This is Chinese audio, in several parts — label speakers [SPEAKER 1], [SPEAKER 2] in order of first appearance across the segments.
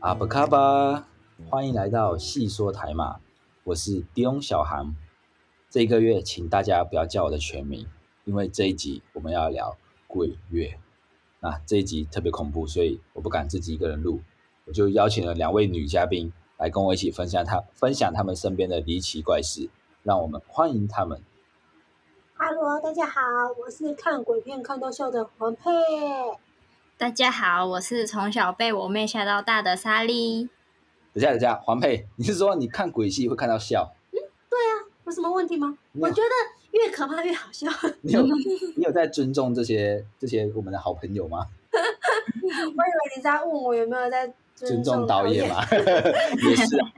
[SPEAKER 1] 阿布卡巴，欢迎来到细说台马，我是丁小航。这一个月，请大家不要叫我的全名，因为这一集我们要聊鬼月。那这一集特别恐怖，所以我不敢自己一个人录，我就邀请了两位女嘉宾来跟我一起分享她分享她们身边的离奇怪事，让我们欢迎她们。
[SPEAKER 2] Hello，大家好，我是看鬼片看到笑的黄佩。
[SPEAKER 3] 大家好，我是从小被我妹吓到大的莎莉。
[SPEAKER 1] 等一下，等一下，黄佩，你是说你看鬼戏会看到笑？
[SPEAKER 2] 有什么问题吗？
[SPEAKER 1] 没有
[SPEAKER 2] 我觉得越可怕越好笑。 我
[SPEAKER 1] 你有你有在尊重这些这些我们的好朋友吗？
[SPEAKER 2] 以为你在问我有没有在
[SPEAKER 1] 尊
[SPEAKER 2] 尊
[SPEAKER 1] 重
[SPEAKER 2] 导
[SPEAKER 1] 导演嘛， 也是啊。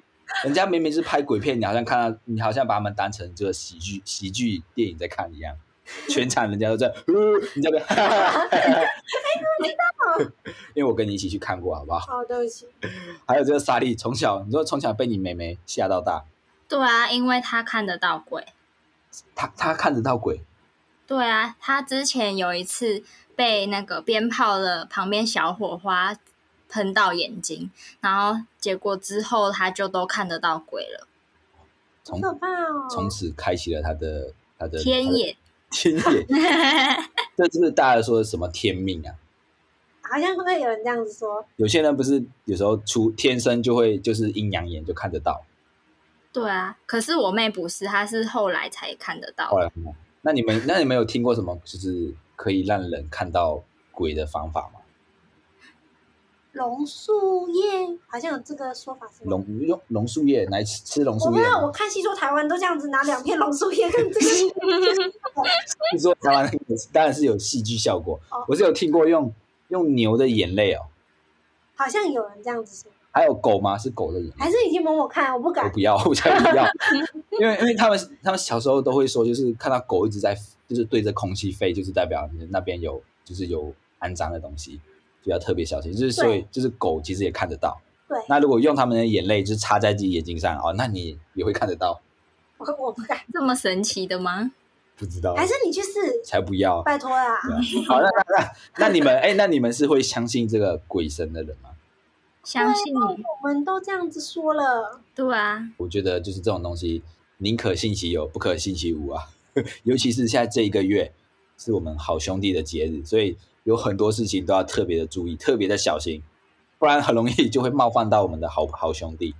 [SPEAKER 1] 人家明明是拍鬼片，你好像看到，你好像把他们当成这个喜剧喜剧电影在看一样，全场人家都在，呃、你在那边， 哈哈哈哈哈。因为我跟你一起去看过，好不好？
[SPEAKER 2] 好、对不起，
[SPEAKER 1] 还有这个莎莉，从小你说从小被你妹妹吓到大，
[SPEAKER 3] 对啊，因为她看得到鬼。
[SPEAKER 1] 她她看得到鬼，
[SPEAKER 3] 对啊，她之前有一次被那个鞭炮的旁边小火花喷到眼睛，然后结果之后她就都看得到鬼了。
[SPEAKER 1] 从
[SPEAKER 2] 可怕哦。
[SPEAKER 1] 从此开启了她的她的
[SPEAKER 3] 天眼，
[SPEAKER 1] 天眼，这就是大家说的什么天命啊？
[SPEAKER 2] 好像会有人这样子说，
[SPEAKER 1] 有些人不是有时候出天生就会就是阴阳眼就看得到，
[SPEAKER 3] 对啊，可是我妹不是，她是后来才看得到
[SPEAKER 1] 后。来呢那你们那你们有听过什么就是可以让人看到鬼的方法吗？
[SPEAKER 2] 榕树叶好像有这个说法是吗？
[SPEAKER 1] 榕用榕树叶来吃吃榕
[SPEAKER 2] 我
[SPEAKER 1] 树
[SPEAKER 2] 不
[SPEAKER 1] 叶
[SPEAKER 2] 知
[SPEAKER 1] 吗，
[SPEAKER 2] 道，我看戏说台湾都这样子拿两片榕树叶跟 这个
[SPEAKER 1] 是说台湾那个当然是有戏剧效果
[SPEAKER 2] 哦，
[SPEAKER 1] 我是有听过用用牛的眼泪哦，
[SPEAKER 2] 好像有人这样子说，
[SPEAKER 1] 还有狗吗？是狗的眼泪。
[SPEAKER 2] 还是已经蒙我看，啊我不
[SPEAKER 1] 我
[SPEAKER 2] 敢。
[SPEAKER 1] 不要，我才不要，因为因为他们他们小时候都会说，就是看到狗一直在就是对着空气飞，就是代表你那边有就是有肮脏的东西，就要特别小心。就是所以
[SPEAKER 2] 对
[SPEAKER 1] 就是狗其实也看得到，
[SPEAKER 2] 对，
[SPEAKER 1] 那如果用他们的眼泪就是擦在自己眼睛上哦，那你也会看得到，
[SPEAKER 2] 我我不敢。
[SPEAKER 3] 这么神奇的吗？
[SPEAKER 1] 不知道
[SPEAKER 2] 还是你去试，
[SPEAKER 1] 才不要。
[SPEAKER 2] 拜托啦。
[SPEAKER 1] 对啊好，那那 那那你们哎，那你们是会相信这个鬼神的人吗？
[SPEAKER 3] 相信
[SPEAKER 1] 啊
[SPEAKER 3] 你。
[SPEAKER 2] 我们都这样子说了，
[SPEAKER 3] 对啊，
[SPEAKER 1] 我觉得就是这种东西，宁可信其有，不可信其无啊。 尤其是现在这一个月，是我们好兄弟的节日，所以有很多事情都要特别的注意，特别的小心，不然很容易就会冒犯到我们的好好兄弟。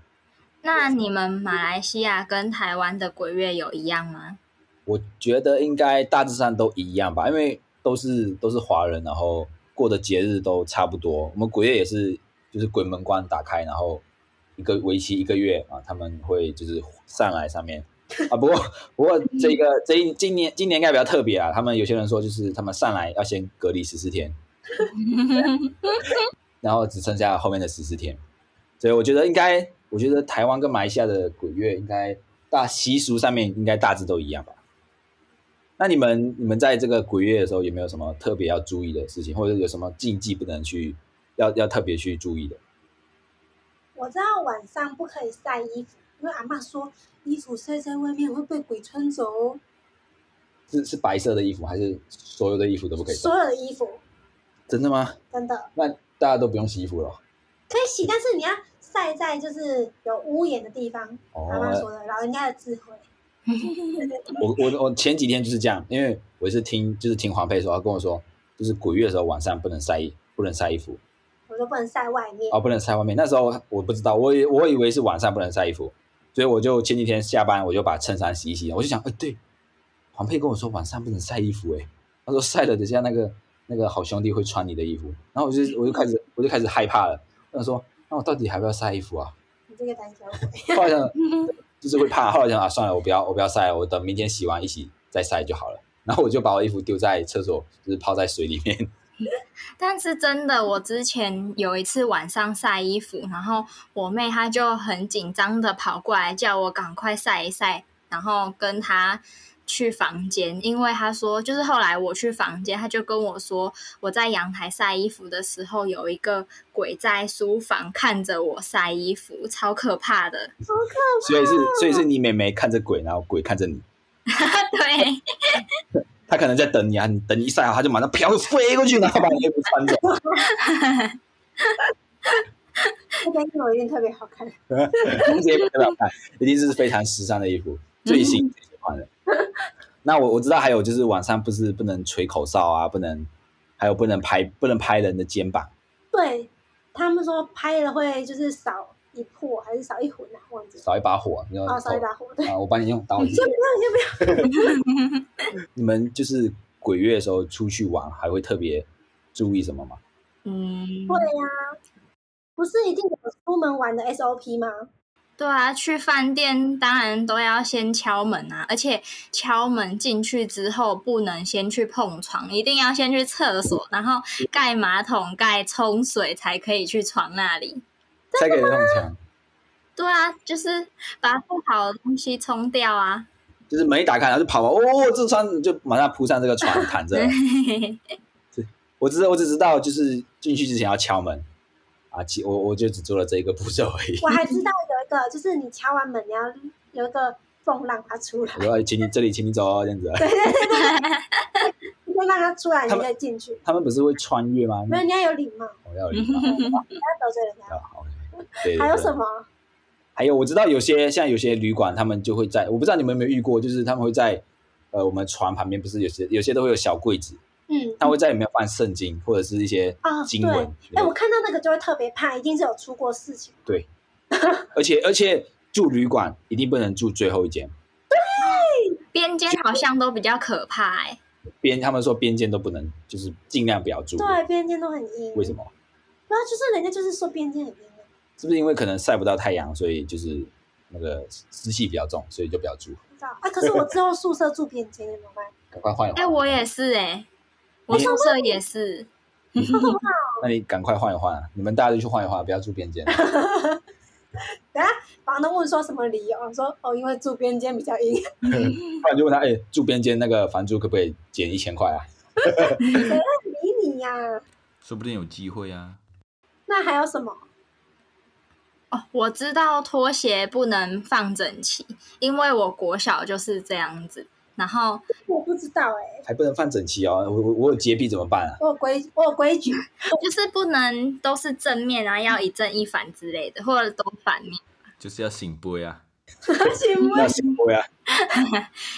[SPEAKER 3] 那你们马来西亚跟台湾的鬼月有一样吗？
[SPEAKER 1] 我觉得应该大致上都一样吧，因为都是都是华人，然后过的节日都差不多。我们鬼月也是，就是鬼门关打开，然后一个为期一个月啊，他们会就是上来上面啊。不过不过这个这一今年今年应该比较特别啊，他们有些人说就是他们上来要先隔离十四天，然后只剩下后面的十四天。所以我觉得应该，我觉得台湾跟马来西亚的鬼月应该大习俗上面应该大致都一样吧。那你们你们在这个鬼月的时候有没有什么特别要注意的事情，或者有什么禁忌不能去要要特别去注意的？
[SPEAKER 2] 我知道晚上不可以晒衣服，因为阿妈说衣服晒在外面会被鬼穿走哦，
[SPEAKER 1] 是是白色的衣服还是所有的衣服都不可以穿？
[SPEAKER 2] 所有的衣服
[SPEAKER 1] 真的吗？
[SPEAKER 2] 真的
[SPEAKER 1] 那大家都不用洗衣服了？
[SPEAKER 2] 可以洗，但是你要晒在就是有屋檐的地方。
[SPEAKER 1] 哦
[SPEAKER 2] 阿妈说的，老人家的智慧。
[SPEAKER 1] 我我我前几天就是这样，因为我是听就是听黄佩说，他跟我说，就是鬼月的时候晚上不能晒衣不能晒衣服，
[SPEAKER 2] 我说不能晒外面，
[SPEAKER 1] 哦，不能晒外面。那时候我我不知道，我以我以为是晚上不能晒衣服，所以我就前几天下班我就把衬衫洗一洗，我就想，哎、对，黄佩跟我说晚上不能晒衣服、欸，他说晒了，等下那个那个好兄弟会穿你的衣服，然后我就我就开始我就开始害怕了，我想说，那我到底还要不要晒衣服啊？
[SPEAKER 2] 你这个胆小鬼。
[SPEAKER 1] 后来想，就是会怕，后来想啊，算了，我不要我不要晒了，我等明天洗完一洗再晒就好了。然后我就把我衣服丢在厕所，就是泡在水里面，
[SPEAKER 3] 但是真的，我之前有一次晚上晒衣服，然后我妹她就很紧张的跑过来叫我赶快晒一晒，然后跟她去房间，因为她说就是后来我去房间，她就跟我说我在阳台晒衣服的时候，有一个鬼在书房看着我晒衣服，超可怕的。
[SPEAKER 1] 所以是所以是你妹妹看着鬼，然后鬼看着你。
[SPEAKER 3] 对，
[SPEAKER 1] 他可能在等你啊，你等你一晒好，他就 马上飘飞过去，然后把你衣服穿走。
[SPEAKER 2] 这件衣服一定特别好看。
[SPEAKER 1] 同时也不代表看，一定是非常时尚的衣服，最新最喜欢的。那我我知道还有就是晚上不是不能吹口哨啊，不能，还有不能拍不能拍人的肩膀，
[SPEAKER 2] 对他们说拍了会就是少一破还是少一魂啊，忘记了。
[SPEAKER 1] 少一把火，你要
[SPEAKER 2] 哦，少一把火，对。
[SPEAKER 1] 啊，我帮你用刀
[SPEAKER 2] 你
[SPEAKER 1] 子
[SPEAKER 2] 先。不要，你先不要。
[SPEAKER 1] 你们就是鬼月的时候出去玩，还会特别注意什么吗？
[SPEAKER 3] 嗯，
[SPEAKER 2] 会呀、不是一定有出门玩的 SOP 吗？
[SPEAKER 3] 对啊，去饭店当然都要先敲门啊，而且敲门进去之后不能先去碰床，一定要先去厕所，然后盖马桶盖冲水才可以去床那里。
[SPEAKER 1] 再给人弄枪，
[SPEAKER 3] 对啊，就是把不好的东西冲掉啊。
[SPEAKER 1] 就是门一打开，然后就跑吧，哦，这床就马上铺上这个床躺 着。我只我只知道就是进去之前要敲门啊，其我我就只做了这一个步骤而已。
[SPEAKER 2] 我还知道有一个，就是你敲完门，你要有一个缝让它出来
[SPEAKER 1] 我，说，哎，请你这里，请你走哦，这样子。
[SPEAKER 2] 你就让它出来，你
[SPEAKER 1] 他们
[SPEAKER 2] 再进去。
[SPEAKER 1] 他们不是会穿越吗？
[SPEAKER 2] 没有，你要有礼 貌，
[SPEAKER 1] 我要礼貌，
[SPEAKER 2] 不要得罪人家。
[SPEAKER 1] 要好。对对
[SPEAKER 2] 还有
[SPEAKER 1] 对
[SPEAKER 2] 什么？
[SPEAKER 1] 还有我知道有些像有些旅馆，他们就会在，我不知道你们有没有遇过，就是他们会在呃我们床旁边，不是有些有些都会有小柜子，
[SPEAKER 2] 嗯，
[SPEAKER 1] 他会在里面放圣经或者是一些
[SPEAKER 2] 哦，
[SPEAKER 1] 经文。
[SPEAKER 2] 对，哎，我看到那个就会特别怕，一定是有出过事情。
[SPEAKER 1] 而且而且住旅馆一定不能住最后一间，
[SPEAKER 3] 边间好像都比较可怕哎、
[SPEAKER 1] 边他们说边间都不能，就是尽量不要住。
[SPEAKER 2] 对，边间都很阴。
[SPEAKER 1] 为什？么？
[SPEAKER 2] 然后就是人家就是说边间很阴，
[SPEAKER 1] 是不是因为可能晒不到太阳，所以就是那个湿气比较重，所以就不要住？
[SPEAKER 2] 不知道啊？可是我之后宿舍住边间，怎么办？
[SPEAKER 1] 赶快换一
[SPEAKER 3] 哎、
[SPEAKER 1] 换。
[SPEAKER 3] 我也是哎、我
[SPEAKER 1] 你
[SPEAKER 3] 宿舍也是。
[SPEAKER 1] 那你赶快换一换啊！你们大家都去换一换，不要住边间。啊
[SPEAKER 2] 房东问说什么理由？我说哦，因为住边间比较阴。
[SPEAKER 1] 不然就问他，哎、住边间那个房租可不可以减一千块啊？
[SPEAKER 2] 理你呀、
[SPEAKER 4] 说不定有机会啊。
[SPEAKER 2] 那还有什么？
[SPEAKER 3] 哦，我知道拖鞋不能放整齐，因为我国小就是这样子。然后
[SPEAKER 2] 我不知道哎、
[SPEAKER 1] 还不能放整齐哦，我我我有洁癖怎么办啊？
[SPEAKER 2] 我有规我有规矩，
[SPEAKER 3] 就是不能都是正面啊，要一正一反之类的，或者都反面。
[SPEAKER 4] 就是要醒杯啊，
[SPEAKER 2] 行
[SPEAKER 1] 那
[SPEAKER 2] 为
[SPEAKER 1] 是我呀，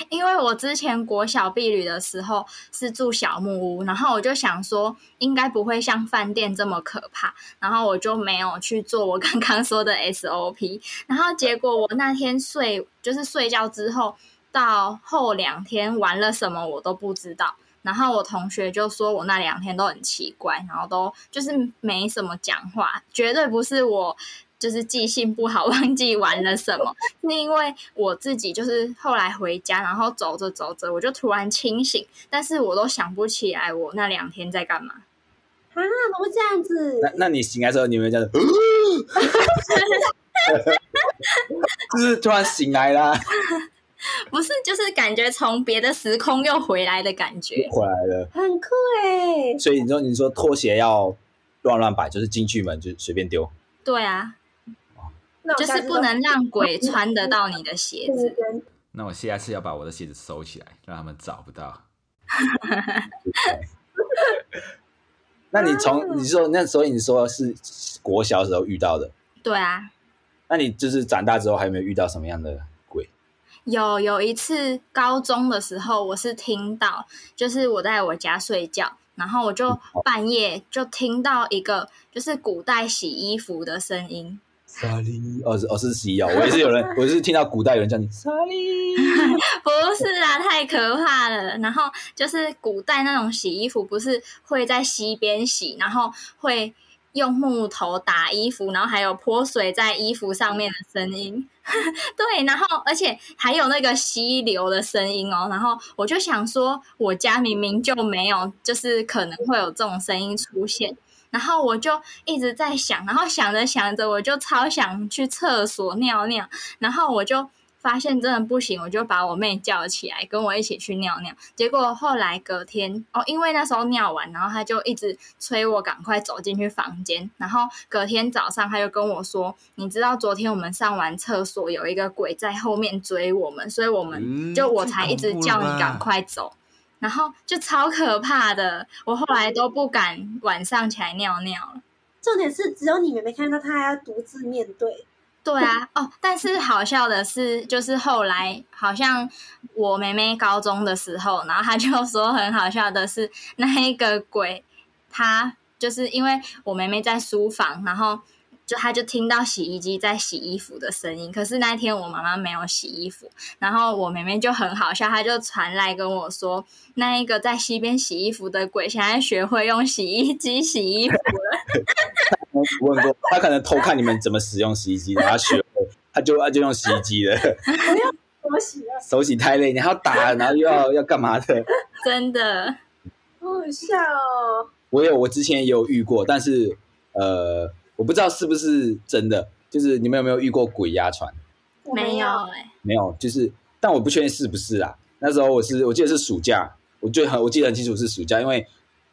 [SPEAKER 3] 因为我之前国小避旅的时候是住小木屋，然后我就想说应该不会像饭店这么可怕，然后我就没有去做我刚刚说的 SOP，然后结果我那天睡就是睡觉之后到后两天玩了什么我都不知道。然后我同学就说我那两天都很奇怪，然后都就是没什么讲话，绝对不是我就是记性不好 忘记玩了什么，是因为我自己就是后来回家，然后走着走着我就突然清醒，但是我都想不起来我那两天在干嘛。
[SPEAKER 2] 啊，怎么这样子？
[SPEAKER 1] 那那你醒来之后，你有没有这样子？ 就是突然醒来啦，
[SPEAKER 3] 不是，就是感觉从别的时空又回来的感觉。
[SPEAKER 1] 回来了。
[SPEAKER 2] 很酷哎、
[SPEAKER 1] 所以你说你说拖鞋要乱乱摆，就是进去门就随便丢。
[SPEAKER 3] 对啊，
[SPEAKER 2] 那我
[SPEAKER 3] 就
[SPEAKER 2] 下
[SPEAKER 3] 是
[SPEAKER 2] 次
[SPEAKER 3] 不能让鬼穿得到你的鞋
[SPEAKER 2] 都
[SPEAKER 3] 子。
[SPEAKER 4] 那我下次要把我的鞋子收起来，让他们找不到。
[SPEAKER 1] 那你
[SPEAKER 3] 啊
[SPEAKER 1] 从你说那所以你说是国小时候遇到的，
[SPEAKER 3] 对啊，
[SPEAKER 1] 那你就是长大之后还有没有遇到什么样的鬼？
[SPEAKER 3] 有有一次高中的时候，我是听到，就是我在我家睡觉，然后我就半夜就听到一个就是古代洗衣服的声音，
[SPEAKER 1] 沙利，哦是哦是西哦，我也是有人，我是听到古代有人叫你 沙利，
[SPEAKER 3] 不是啊，太可怕了。然后就是古代那种洗衣服，不是会在溪边洗，然后会用木头打衣服，然后还有泼水在衣服上面的声音。 对，然后而且还有那个溪流的声音哦。然后我就想说，我家明明就没有，就是可能会有这种声音出现。然后我就一直在想，然后想着想着，我就超想去厕所尿尿，然后我就发现真的不行，我就把我妹叫起来，跟我一起去尿尿。结果后来隔天，哦，因为那时候尿完，然后她就一直催我赶快走进去房间。然后隔天早上，她就跟我说：“你知道昨天我们上完厕所，有一个鬼在后面追我们，所以我们、
[SPEAKER 4] 嗯
[SPEAKER 3] 就我才一直叫你赶。快走。”然后就超可怕的，我后来都不敢晚上起来尿尿了。
[SPEAKER 2] 重点是只有你妹妹看到，她还要独自面对。
[SPEAKER 3] 对啊，哦，但是好笑的是，就是后来好像我妹妹高中的时候，然后她就说很好笑的是，那一个鬼，她就是因为我妹妹在书房，然后就她就听到洗衣机在洗衣服的声音，可是那一天我妈妈没有洗衣服，然后我妹妹就很好笑，她就传来跟我说，那一个在溪边洗衣服的鬼，现在学会用洗衣机洗衣服了。
[SPEAKER 1] 我问过他，可能偷看你们怎么使用洗衣机，然后学会，他就他就用洗衣机了。
[SPEAKER 2] 我洗了，
[SPEAKER 1] 手洗太累，你还要打，然后又要要干嘛的？
[SPEAKER 3] 真的，
[SPEAKER 2] 好好笑哦。
[SPEAKER 1] 我有，我之前也有遇过，但是呃，我不知道是不是真的。就是你们有没有遇过鬼压床？
[SPEAKER 2] 我
[SPEAKER 3] 没
[SPEAKER 2] 有，
[SPEAKER 3] 有哎、
[SPEAKER 1] 没有，就是，但我不确定是不是啦。那时候我是，我记得是暑假，我就很，我记得很清楚是暑假，因为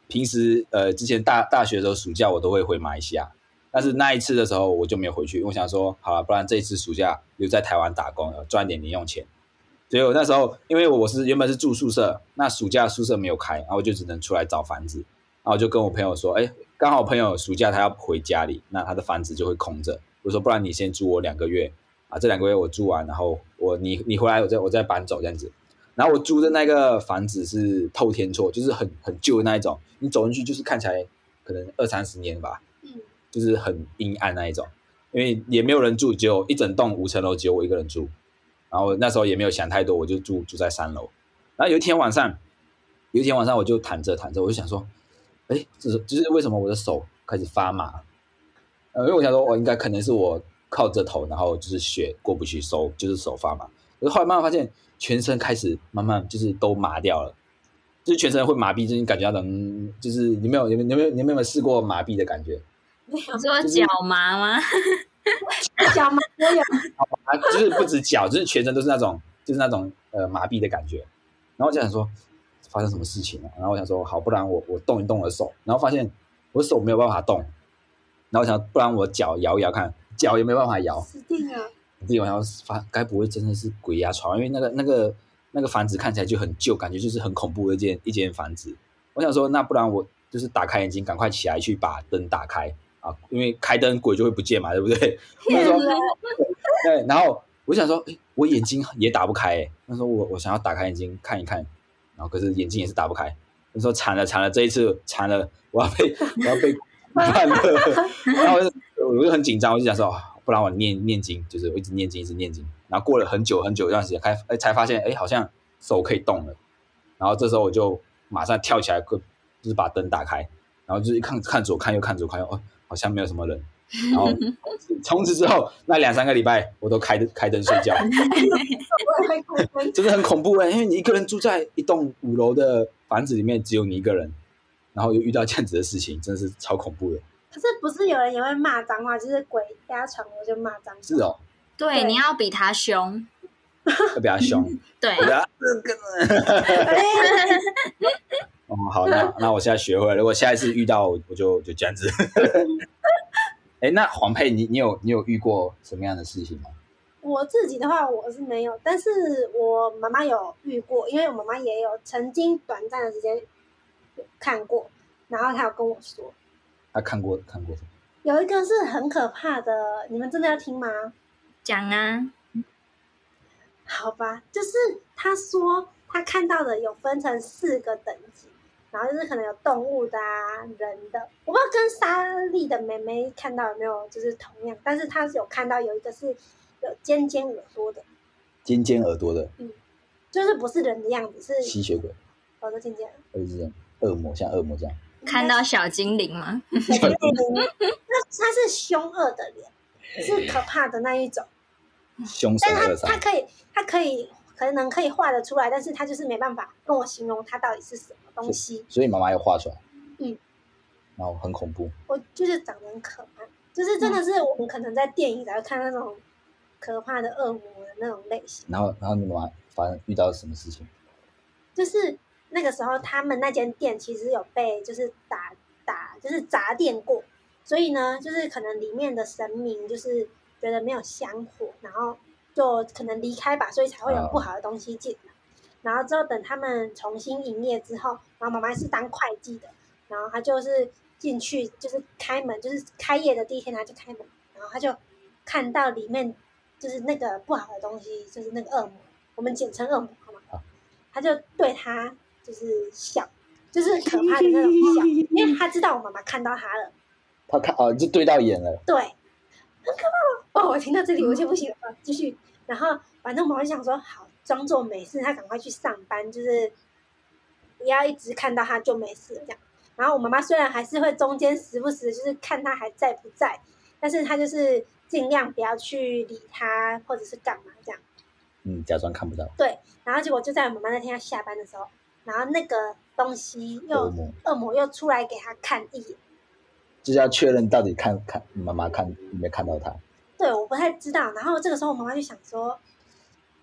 [SPEAKER 1] 平时呃，之前大大学的时候暑假我都会回马来西亚，但是那一次的时候我就没有回去，因为我想说，好了，不然这一次暑假留在台湾打工，赚点零用钱。所以我那时候，因为我是原本是住宿舍，那暑假宿舍没有开，然后我就只能出来找房子，然后我就跟我朋友说，哎，刚好我朋友暑假他要回家里，那他的房子就会空着，我说不然你先租我两个月，啊，这两个月我住完，然后我你你回来，我再我再搬走这样子。然后我租的那个房子是透天厝，就是很很旧的那一种，你走进去就是看起来可能二三十年吧，
[SPEAKER 2] 嗯，
[SPEAKER 1] 就是很阴暗那一种，因为也没有人住，只有一整栋五层楼只有我一个人住。然后那时候也没有想太多，我就住住在三楼。然后有一天晚上，有一天晚上我就躺着躺着，我就想说，哎，这是就是为什么我的手开始发麻？呃，因为我想说，我应该可能是我靠着头，然后就是血过不去，手就是手发麻。可是后来慢慢发现，全身开始慢慢就是都麻掉了，就是全身会麻痹，就是你感觉到的，嗯，就是你没有，你们你们你们有没有试过麻痹的感觉？
[SPEAKER 2] 没有
[SPEAKER 3] 你说脚麻吗？
[SPEAKER 2] 脚麻，我有，
[SPEAKER 1] 啊，就是不止脚，就是全身都是那种，就是那种呃麻痹的感觉。然后我就想说，发生什么事情了、然后我想说，好，不然我我动一动我的手，然后发现我手没有办法动。然后我想，不然我脚摇一摇看，脚也没有办法摇。
[SPEAKER 2] 死定了。
[SPEAKER 1] 地方，然后发，该不会真的是鬼压床？因为那个那个那个房子看起来就很旧，感觉就是很恐怖的一间一间房子。我想说，那不然我就是打开眼睛，赶快起来去把灯打开啊，因为开灯鬼就会不见嘛，对不对？ 我想说，对，然后我想说，诶我眼睛也打不开、诶那时候我我想要打开眼睛看一看，然后可是眼睛也是打不开。我说惨了惨了，这一次惨了，我要被我要被判了。 然后我就我就很紧张，我就想说，啊不然我念念经，就是我一直念经一直念经。然后过了很久很久一段时间，开哎才发现，哎好像手可以动了。然后这时候我就马上跳起来，就是把灯打开，然后就是一看看左看右看左看右，哦好像没有什么人。然后从此之后那两三个礼拜，我都开开灯睡觉。
[SPEAKER 2] 我也会开灯，
[SPEAKER 1] 真的很恐怖哎、因为你一个人住在一栋五楼的房子里面，只有你一个人，然后又遇到这样子的事情，真的是超恐怖的。
[SPEAKER 2] 可是不是有人也会骂脏话，就是鬼压床我就骂脏话。
[SPEAKER 1] 是哦，
[SPEAKER 3] 对，
[SPEAKER 2] 对
[SPEAKER 3] 你要比他凶。
[SPEAKER 1] 特别 凶。
[SPEAKER 3] 对，
[SPEAKER 1] 对啊，
[SPEAKER 2] 哎，
[SPEAKER 1] 哦，好，那那我现在学会了，如果下一次遇到，我就就这样子。 哎，那黄佩，你你有你有遇过什么样的事情吗？
[SPEAKER 2] 我自己的话我是没有，但是我妈妈有遇过，因为我妈妈也有曾经短暂的时间看过，然后她有跟我说，
[SPEAKER 1] 他看过看过什么？
[SPEAKER 2] 有一个是很可怕的，你们真的要听吗？
[SPEAKER 3] 讲啊，
[SPEAKER 2] 好吧，就是他说他看到的有分成四个等级，然后就是可能有动物的啊、人的，我不知道跟莎莉的妹妹看到有没有就是同样，但是她是有看到有一个是有尖尖耳朵的，
[SPEAKER 1] 尖尖耳朵的
[SPEAKER 2] 就是不是人的样子，是
[SPEAKER 1] 吸血鬼，
[SPEAKER 2] 耳朵尖尖，
[SPEAKER 1] 或者是这样恶魔，像恶魔这样。
[SPEAKER 3] 看到小精灵吗？
[SPEAKER 2] 那他是凶恶的脸，是可怕的那一种。
[SPEAKER 1] 凶神
[SPEAKER 2] 但
[SPEAKER 1] 恶
[SPEAKER 2] 是他他
[SPEAKER 1] 煞，
[SPEAKER 2] 可以，他可以可能可以画得出来，但是他就是没办法跟我形容他到底是什么东西。
[SPEAKER 1] 所以妈妈有画出来，
[SPEAKER 2] 嗯，
[SPEAKER 1] 然后很恐怖，
[SPEAKER 2] 我就是长得很可怕，就是真的是我们可能在电影才会看那种可怕的恶魔的那种类型。
[SPEAKER 1] 然后然后你妈妈发生遇到什么事情？
[SPEAKER 2] 就是那个时候他们那间店其实有被就是打打就是砸店过，所以呢，就是可能里面的神明就是觉得没有香火，然后就可能离开吧，所以才会有
[SPEAKER 1] 哦
[SPEAKER 2] 不好的东西进来。然后之后等他们重新营业之后，然后妈妈是当会计的，然后她就是进去就是开门，就是开业的第一天他就开门，然后他就看到里面就是那个不好的东西，就是那个恶魔，我们简称恶魔好吗？他就对他就是笑，就是可怕的那种笑，因为他知道我妈妈看到他了，
[SPEAKER 1] 他看哦，就对到眼了，
[SPEAKER 2] 对，很可怕吗？哦，我听到这里我就不行了，继续。然后反正我妈妈就想说，好，装作没事，她赶快去上班，就是不要一直看到她就没事了这样。然后我妈妈虽然还是会中间时不时地就是看她还在不在，但是她就是尽量不要去理她或者是干嘛这样。
[SPEAKER 1] 嗯，假装看不到。
[SPEAKER 2] 然后结果就在我妈妈那天要下班的时候，然后那个东西
[SPEAKER 1] 恶
[SPEAKER 2] 又
[SPEAKER 1] 魔
[SPEAKER 2] 恶魔又出来给她看一眼。
[SPEAKER 1] 就是要确认到底看看妈妈看有没有看到他，
[SPEAKER 2] 对，我不太知道。然后这个时候，我妈妈就想说，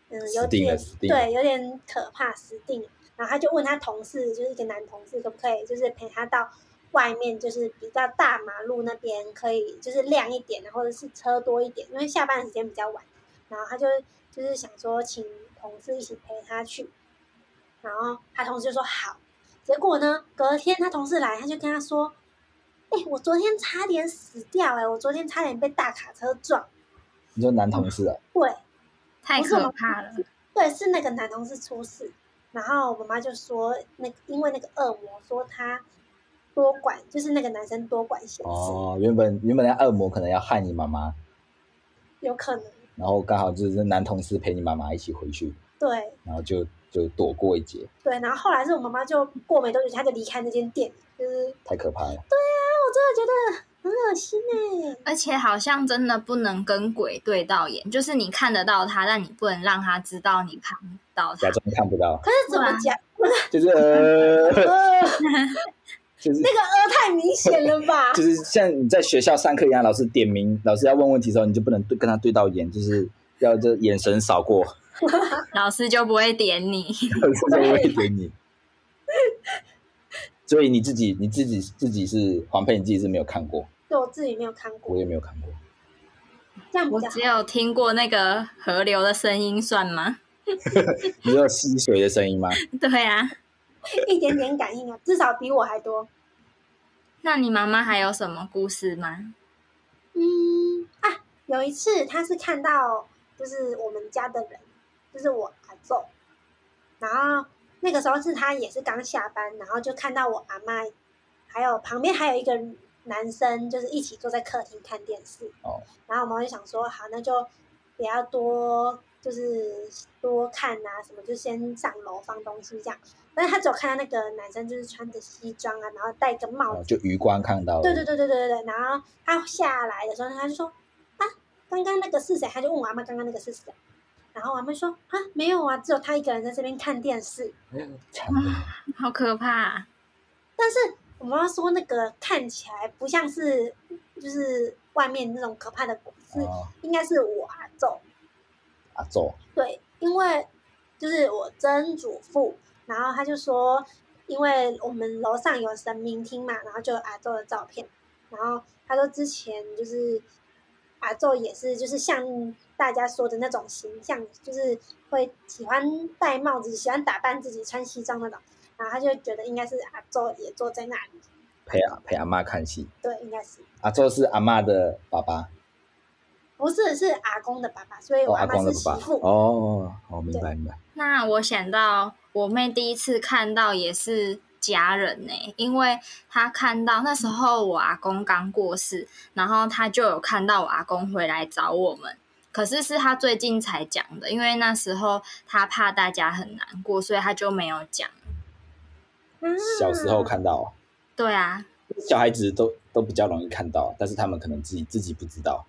[SPEAKER 2] 嗯，有
[SPEAKER 1] 死定了
[SPEAKER 2] 点
[SPEAKER 1] 死定了
[SPEAKER 2] 对，有点可怕，死定了。然后她就问她同事，就是一个男同事，可不可以就是陪她到外面，就是比较大马路那边，可以就是亮一点，然啊后或者是车多一点，因为下班的时间比较晚。然后她就就是想说，请同事一起陪她去。然后她同事就说好。结果呢，隔天她同事来，她就跟她说。哎、我昨天差点死掉哎、我昨天差点被大卡车撞。
[SPEAKER 1] 你说男同事啊，
[SPEAKER 2] 对
[SPEAKER 3] 太
[SPEAKER 2] 不是我
[SPEAKER 3] 可
[SPEAKER 2] 们
[SPEAKER 3] 怕了。
[SPEAKER 2] 对，是那个男同事出事，然后我妈妈就说，那个因为那个恶魔说他多管，就是那个男生多管闲事，
[SPEAKER 1] 哦，原本原本那恶魔可能要害你妈妈，
[SPEAKER 2] 有可能
[SPEAKER 1] 然后刚好就是男同事陪你妈妈一起回去，
[SPEAKER 2] 对
[SPEAKER 1] 然后就就躲过一劫，
[SPEAKER 2] 对。然后后来是我妈妈就过没多久，她就离开那间店，就是
[SPEAKER 1] 太可怕了。
[SPEAKER 2] 啊，我真的觉得很恶心哎、
[SPEAKER 3] 而且好像真的不能跟鬼对到眼，就是你看得到他，但你不能让他知道你看到他
[SPEAKER 1] 假。装看不到，
[SPEAKER 2] 可是怎么讲，
[SPEAKER 1] 就是呃，
[SPEAKER 2] 呃，
[SPEAKER 1] 就是？
[SPEAKER 2] 那个呃太明显了吧
[SPEAKER 1] 就是像你在学校上课一样，老师点名，老师要问问题的时候，你就不能对跟他对到眼，就是要这眼神扫过，
[SPEAKER 3] 老师就不会点你。
[SPEAKER 1] 老师就会点你。所以你自己你自己自己是黄佩，你自己是没有看过，
[SPEAKER 2] 对我自己没有看
[SPEAKER 1] 我
[SPEAKER 2] 过，
[SPEAKER 1] 也没有看过。
[SPEAKER 2] 这样比
[SPEAKER 3] 我
[SPEAKER 2] 较
[SPEAKER 3] 只
[SPEAKER 2] 好。
[SPEAKER 3] 有听过那个河流的声音，算吗？
[SPEAKER 1] 你有吸水的声音吗？
[SPEAKER 3] 对啊。
[SPEAKER 2] 一点点感应啊，至少比我还多。
[SPEAKER 3] 那你妈妈还有什么故事吗？
[SPEAKER 2] 嗯啊，有一次他是看到就是我们家的人，就是我阿昼，然后那个时候是他也是刚下班，然后就看到我阿妈，还有旁边还有一个男生，就是一起坐在客厅看电视。
[SPEAKER 1] 哦，
[SPEAKER 2] 然后我们就想说，好，那就不要多就是多看啊什么，就先上楼放东西这样。但是他只有看到那个男生就是穿着西装啊，然后戴个帽子
[SPEAKER 1] 哦，就余光看到了。
[SPEAKER 2] 对对对对对对对。然后他下来的时候，他就说啊，刚刚那个是谁？他就问我阿妈刚刚那个是谁。然后我阿妈说啊，没有啊，只有他一个人在这边看电视。
[SPEAKER 1] 惨了
[SPEAKER 3] 好可怕啊、
[SPEAKER 2] 但是我妈妈说那个看起来不像是就是外面那种可怕的鬼，是、
[SPEAKER 1] 哦
[SPEAKER 2] 应该是我啊阿昼。
[SPEAKER 1] 阿昼，
[SPEAKER 2] 对，因为就是我曾祖父，然后他就说，因为我们楼上有神明厅嘛，然后就有阿昼的照片，然后他说之前就是阿昼也是就是像大家说的那种形象，就是会喜欢戴帽子，喜欢打扮自己，穿西装那种，然后他就觉得应该是阿昼也坐在那里，
[SPEAKER 1] 陪阿陪阿妈看戏。
[SPEAKER 2] 对，应该是
[SPEAKER 1] 阿昼是阿妈的爸爸，
[SPEAKER 2] 不是是阿公的爸爸，所以
[SPEAKER 1] 哦，
[SPEAKER 2] 我
[SPEAKER 1] 阿
[SPEAKER 2] 阿妈
[SPEAKER 1] 公的
[SPEAKER 2] 是媳
[SPEAKER 1] 爸爸。
[SPEAKER 2] 妇，
[SPEAKER 1] 哦，哦，明白明白。
[SPEAKER 3] 那我想到我妹第一次看到也是家人呢、因为她看到那时候我阿公刚过世，然后她就有看到我阿公回来找我们。可是是她最近才讲的，因为那时候她怕大家很难过，所以她就没有讲。
[SPEAKER 2] 嗯
[SPEAKER 1] 小时候看到，
[SPEAKER 3] 对啊，
[SPEAKER 1] 小孩子都都比较容易看到，但是他们可能自己自己不知道。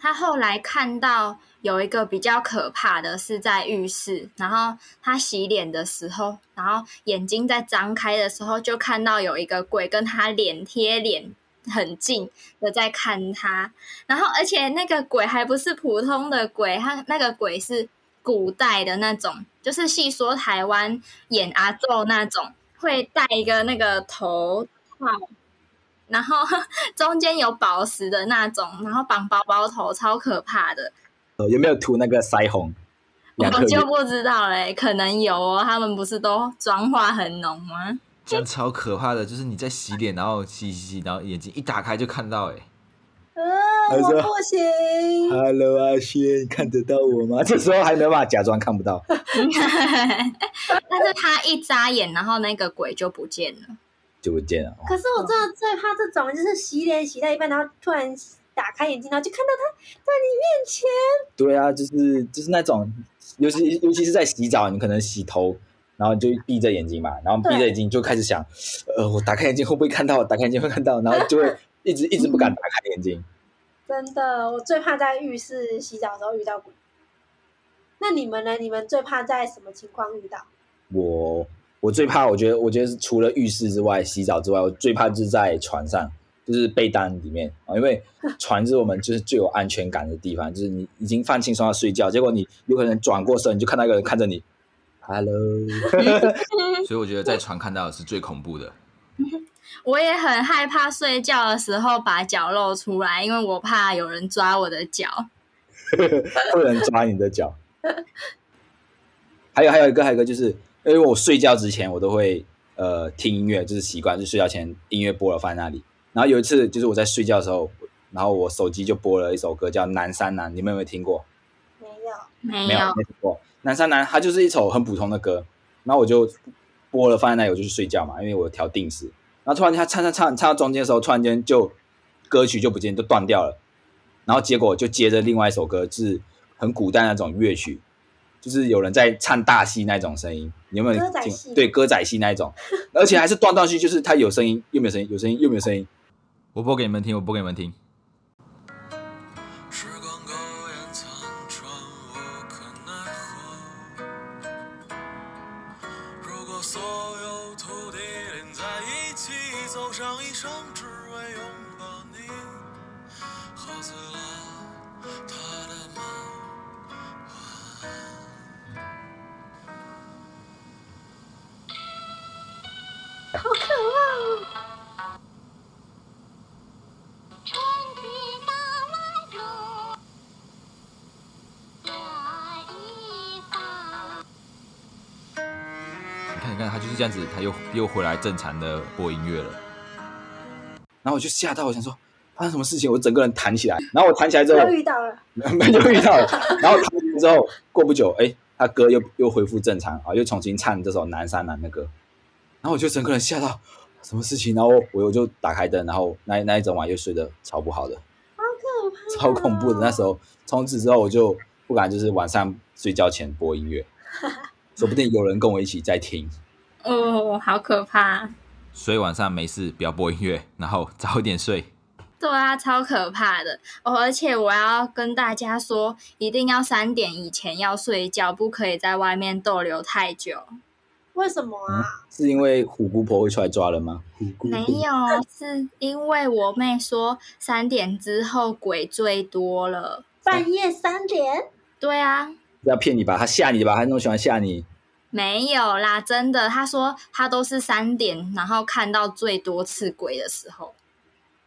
[SPEAKER 3] 他后来看到有一个比较可怕的是在浴室，然后他洗脸的时候，然后眼睛在张开的时候，就看到有一个鬼跟他脸贴脸很近的在看他，然后而且那个鬼还不是普通的鬼，他那个鬼是古代的那种，就是戏说台湾演阿昼那种，会戴一个那个头套，然后 中间有宝石的那种，然后绑包包头，超可怕的。
[SPEAKER 1] 呃，有没有涂那个腮红？两
[SPEAKER 3] 我
[SPEAKER 1] 颗
[SPEAKER 3] 就
[SPEAKER 1] 眼
[SPEAKER 3] 不知道嘞，可能有哦。他们不是都妆化很浓吗？
[SPEAKER 4] 这样超可怕的，就是你在洗脸，然后洗洗洗，然后眼睛一打开就看到、欸，哎，
[SPEAKER 2] 呃，我
[SPEAKER 1] 还是
[SPEAKER 2] 不行，
[SPEAKER 1] Hello，阿轩，看得到我吗？这时候还没办法假装看不到。
[SPEAKER 3] 但是他一眨眼，然后那个鬼就不见了。
[SPEAKER 1] 就不见了。哦
[SPEAKER 2] 可是我真的最怕这种，就是洗脸洗到一半，然后突然打开眼睛，然后就看到他在你面前。
[SPEAKER 1] 对啊，就是就是那种，尤其尤其是在洗澡，你可能洗头，然后你就闭着眼睛嘛，然后闭着眼睛就开始想，呃，我打开眼睛会不会看到？打开眼睛会看到，然后就会一直一直不敢打开眼睛。
[SPEAKER 2] 真的，我最怕在浴室洗澡的时候遇到鬼。那你们呢？你们最怕在什么情况遇到？
[SPEAKER 1] 我我最怕，我觉得我觉得是除了浴室之外，洗澡之外，我最怕就是在船上，就是被单里面啊，因为船是我们就是最有安全感的地方，就是你已经放轻松要睡觉，结果你有可能转过身，你就看到一个人看着你，Hello。
[SPEAKER 4] 所以我觉得在船看到的是最恐怖的。
[SPEAKER 3] 我也很害怕睡觉的时候把脚露出来，因为我怕有人抓我的脚。
[SPEAKER 1] 会有人抓你的脚。还有还有一个还有一个就是，因为我睡觉之前我都会呃听音乐，就是习惯，就是睡觉前音乐播了放在那里。然后有一次就是我在睡觉的时候，然后我手机就播了一首歌叫《南山南》，你们有没有听过？
[SPEAKER 2] 嗯没有，
[SPEAKER 3] 没
[SPEAKER 1] 没
[SPEAKER 3] 有，
[SPEAKER 1] 没听过。南山南它就是一首很普通的歌，然后我就播了放在那里，我就去睡觉嘛，因为我调定时。然后突然间它唱唱唱唱到中间的时候，突然间就歌曲就不见，就断掉了。然后结果就接着另外一首歌，是很古代那种乐曲，就是有人在唱大戏那种声音，你有没有
[SPEAKER 2] 歌仔戏
[SPEAKER 1] 听？对，歌仔戏那一 种，而且还是断断续，续，就是它有声音又没有声音，有声音又没有声音。
[SPEAKER 4] 我播给你们听，我播给你们听。
[SPEAKER 5] 时光苟延残喘，无可奈何。如果所有土地连在一起，走上一生只为拥抱你，猴子拉他的门，晚安。
[SPEAKER 6] 春去到来处，这一方。
[SPEAKER 4] 你看，你看，他就是这样子，他又又回来正常的播音乐了。
[SPEAKER 1] 然后我就吓到，我想说发生什么事情，我整个人弹起来。然后我弹起来 之后，
[SPEAKER 2] 又遇到了。
[SPEAKER 1] 没有遇到了。然后弹完之后，过不久，哎，他歌又又恢复正常啊，又重新唱这首《南山南》的歌。然后我就整个人吓到，什么事情？然后我我就打开灯，然后那那一整晚又睡得超不好的， 超恐怖的。那时候，从此之后我就不敢，就是晚上睡觉前播音乐，说不定有人跟我一起在听。
[SPEAKER 3] 哦，好可怕。
[SPEAKER 4] 所以晚上没事不要播音乐，然后早一点睡。
[SPEAKER 3] 对啊，超可怕的哦！而且我要跟大家说，一定要三点以前要睡觉，不可以在外面逗留太久。
[SPEAKER 2] 为什么
[SPEAKER 1] 嗯
[SPEAKER 2] 啊？
[SPEAKER 1] 是因为虎姑婆会出来抓人吗？虎姑
[SPEAKER 3] 没
[SPEAKER 1] 婆
[SPEAKER 3] 有，是因为我妹说三点之后鬼最多了。
[SPEAKER 2] 半夜三点？
[SPEAKER 3] 对啊，
[SPEAKER 1] 要骗你吧，她吓你吧，她那么喜欢吓你。
[SPEAKER 3] 没有啦，真的，她说她都是三点，然后看到最多次鬼的时候。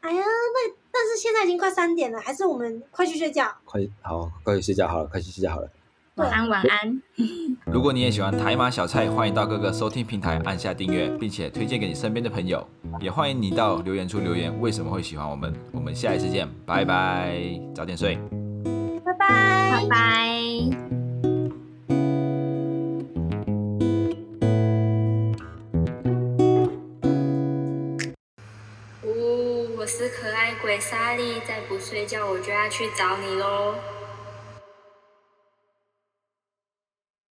[SPEAKER 2] 哎呀，那但是现在已经快三点了，还是我们快去睡觉？
[SPEAKER 1] 快好，快去睡觉好了，快去睡觉好了。
[SPEAKER 3] 晚安，晚安。
[SPEAKER 4] 如果你也喜欢台马小菜，欢迎到各个收听平台按下订阅，并且推荐给你身边的朋友。也欢迎你到留言处留言，为什么会喜欢我们？我们下一次见，拜拜，早点睡。
[SPEAKER 2] 拜拜。
[SPEAKER 3] 拜拜。呜、我是可爱鬼莎莉，再不睡觉我就要去找你喽。